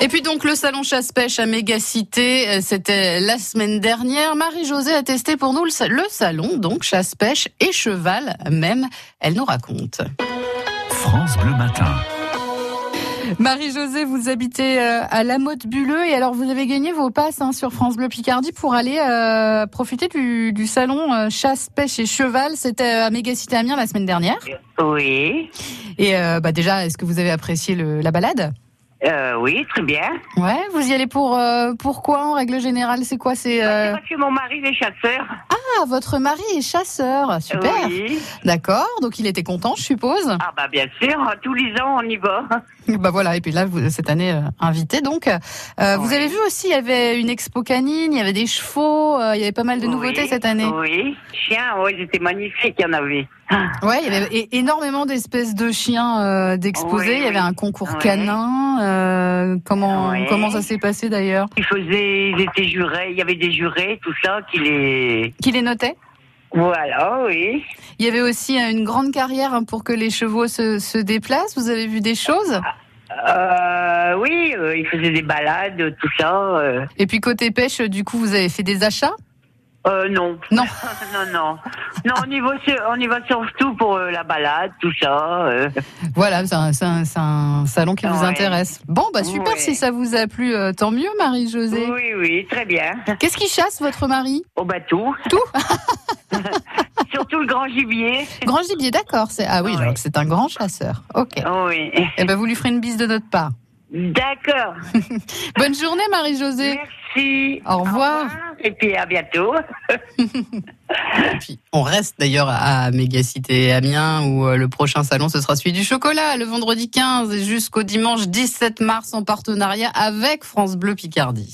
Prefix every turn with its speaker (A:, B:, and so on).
A: Et puis donc le salon chasse-pêche à Mégacité, euh, c'était la semaine dernière. Marie-Josée a testé pour nous le, sa- le salon, donc chasse-pêche et cheval même, elle nous raconte.
B: France Bleu Matin.
A: Marie-Josée, vous habitez euh, à la Motte Bulleux et alors vous avez gagné vos passes hein, sur France Bleu Picardie pour aller euh, profiter du, du salon euh, chasse, pêche et cheval. C'était euh, à Mégacité Amiens la semaine dernière.
C: Oui,
A: Et euh, bah, déjà, est-ce que vous avez apprécié le- la balade
C: euh, oui, très bien.
A: Ouais, vous y allez pour euh, pourquoi en règle générale C'est quoi C'est
C: Bah, C'est
A: euh,
C: parce que mon mari est chasseur.
A: ah, votre mari est chasseur, super.
C: Oui.
A: D'accord, donc il était content, je suppose.
C: Ah bah bien sûr, tous les ans on y va.
A: Bah voilà, et puis là, vous, cette année, euh, invité donc. Euh, Vous
C: Oui.
A: avez vu aussi, il y avait une expo canine, il y avait des chevaux, euh, il y avait pas mal de nouveautés
C: Oui,
A: cette année.
C: Oui, chien, oui, c'était magnifique, il y en avait.
A: Ouais, il y avait é- énormément d'espèces de chiens euh, d'exposés.
C: Oui,
A: il y avait
C: oui.
A: un concours
C: Oui.
A: canin. euh, comment
C: Oui.
A: comment ça s'est passé d'ailleurs
C: Ils faisaient, ils étaient jurés, il y avait des jurés, tout ça, qui les...
A: Qui les notait
C: Voilà, oui.
A: Il y avait aussi euh, une grande carrière hein, pour que les chevaux se, se déplacent. Vous avez vu des choses
C: Ah. Euh, oui, euh, ils faisaient des balades, tout ça. Euh,
A: Et puis côté pêche, euh, du coup, vous avez fait des achats
C: Euh, non.
A: Non.
C: non, non. Non, on y va, sur- on y va surtout pour euh, la balade, tout ça. euh.
A: Voilà, c'est un, c'est un- c'est un salon qui vous
C: Ah Ouais.
A: intéresse. Bon, bah super,
C: Ouais.
A: si ça vous a plu, euh, tant mieux, Marie-Josée.
C: Oui, oui, très bien.
A: Qu'est-ce qui chasse votre mari
C: Au bateau.
A: Tout
C: Oh, bah, Surtout le grand gibier.
A: Grand gibier, d'accord. c'est- Ah oui,
C: Ouais.
A: donc c'est un grand chasseur. Ok.
C: Oui.
A: Eh ben, vous lui ferez une bise de notre part.
C: D'accord.
A: Bonne journée, Marie-Josée.
C: Merci.
A: Au revoir.
C: Et puis à bientôt.
A: Et puis, on reste d'ailleurs à Mégacité Amiens où euh, le prochain salon ce sera celui du chocolat le vendredi 15 et jusqu'au dimanche 17 mars en partenariat avec France Bleu Picardie.